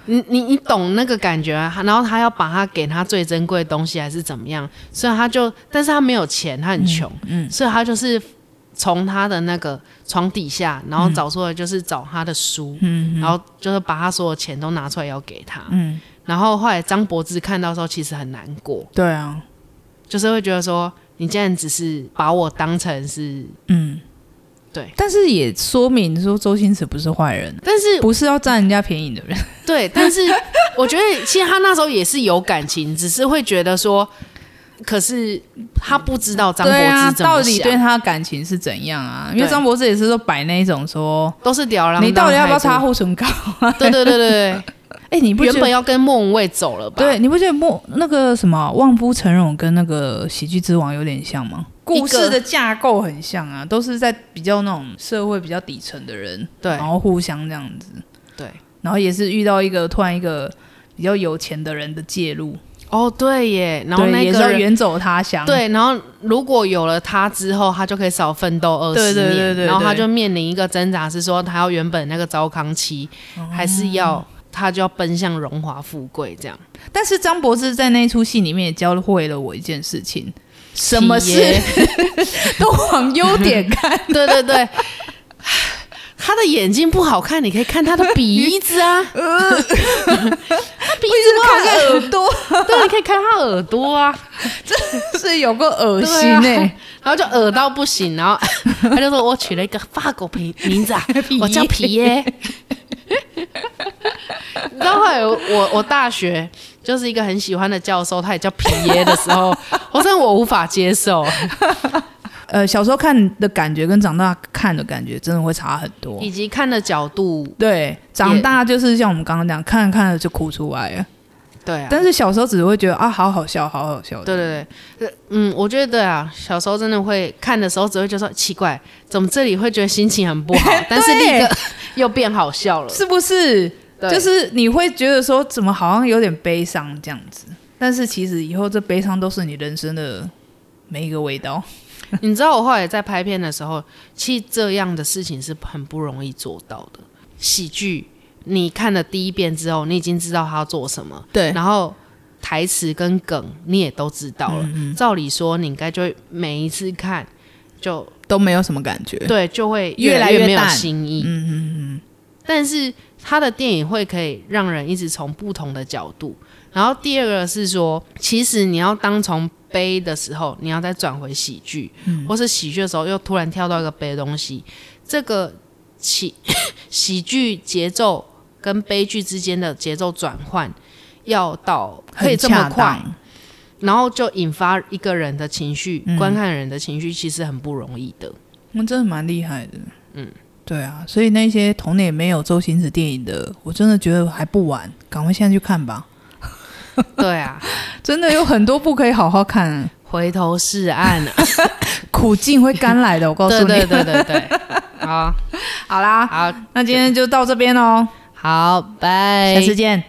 你你你懂那个感觉、啊，然后他要把他给他最珍贵的东西还是怎么样，所以他就，但是他没有钱，他很穷、嗯，所以他就是从他的那个床底下，然后找出来就是找他的书，嗯，然后就是把他所有钱都拿出来要给他，嗯，然后后来张柏芝看到的时候其实很难过，
对啊，
就是会觉得说你竟然只是把我当成是，
嗯，
对，
但是也说明说周星驰不是坏人，
但是
不是要占人家便宜的人。
对，但是我觉得其实他那时候也是有感情，只是会觉得说，可是他不知道张柏
对啊，
芝怎
到
么
底
想，
对他的感情是怎样啊？因为
对
张柏芝也是说摆那一种说，
都是吊儿郎当。
你到底要不要擦？护唇膏？
对对对对
哎， 你不
对，
觉
原本
得？
要跟莫文蔚走了吧？
对，，你不觉得莫那个什么望夫成龙跟那个喜剧之王有点像吗？
一个
故事的架构很像啊，都是在比较那种社会比较底层的人，
对
然后互相这样子，
对，
然后也是遇到一个突然一个比较有钱的人的介入，
哦对耶，然后
对
那
也是要
个人。
远走他乡，
对，然后如果有了他之后，他就可以少奋斗二
对
十
对
年，
对对对
然后他就面临一个挣扎，是说他要原本那个糟糠期，
哦
还是要他就要奔向荣华富贵这样？
但是张柏芝在那一出戏里面也教会了我一件事情： 什么
企业
事都往优点看。
对对对， 他的眼睛不好看，你可以看他的鼻子 啊， 他
呃
鼻子不好
看看耳朵，
看，对，你可以看他耳朵啊，
是有个恶心
对
哎、
啊 然后就耳到不行，然后 他就说我取了一个法国名名字啊，
皮
我叫 皮耶、你知道后来我我我大学就是一个很喜欢的教授，他也叫皮耶的时 候，我真的我无法接受，
呃，小时候看的感觉跟长大看的感觉真的会差很多。
以及看的角度，
对，长大就是像我们刚刚讲，看着看着就哭出来了。
对啊，
但是小时候只会觉得啊，好好笑，好好笑。
对对对，呃嗯，我觉得对啊，小时候真的会看的时候只会觉得说奇怪，怎么这里会觉得心情很不 好，但是立刻又变好笑了，
是不是？
对
就是你会觉得说，怎么好像有点悲伤这样子，但是其实以后这悲伤都是你人生的每一个味道。
你知道我后来在拍片的时候，其实这样的事情是很不容易做到的。喜剧，你看了第一遍之后，你已经知道他要做什么，
对
然后台词跟梗你也都知道了。照理说，你应该就会每一次看就
都没有什么感觉。
对，就会
越来
来
越
没有
淡
新意。
嗯嗯嗯，
但是他的电影会可以让人一直从不同的角度。然后第二个是说，其实你要当从悲的时候，你要再转回喜剧，
嗯
或是喜剧的时候又突然跳到一个悲的东西，这个喜 喜剧节奏跟悲剧之间的节奏转换要到可以这么
很恰
快，
当。
然后就引发一个人的情绪，
嗯
观看人的情绪其实很不容易的。
那真的蛮厉害的。嗯，对啊，所以那些童年没有周星驰电影的，我真的觉得还不晚，赶快现在去看吧。
对啊，
真的有很多部可以好好看、
回头是 岸啊！
苦尽会甘来的。我告诉
对
你，
对对对对，好
好啦，
好。
那今天就到这边喽，哦
好，拜，
下次见，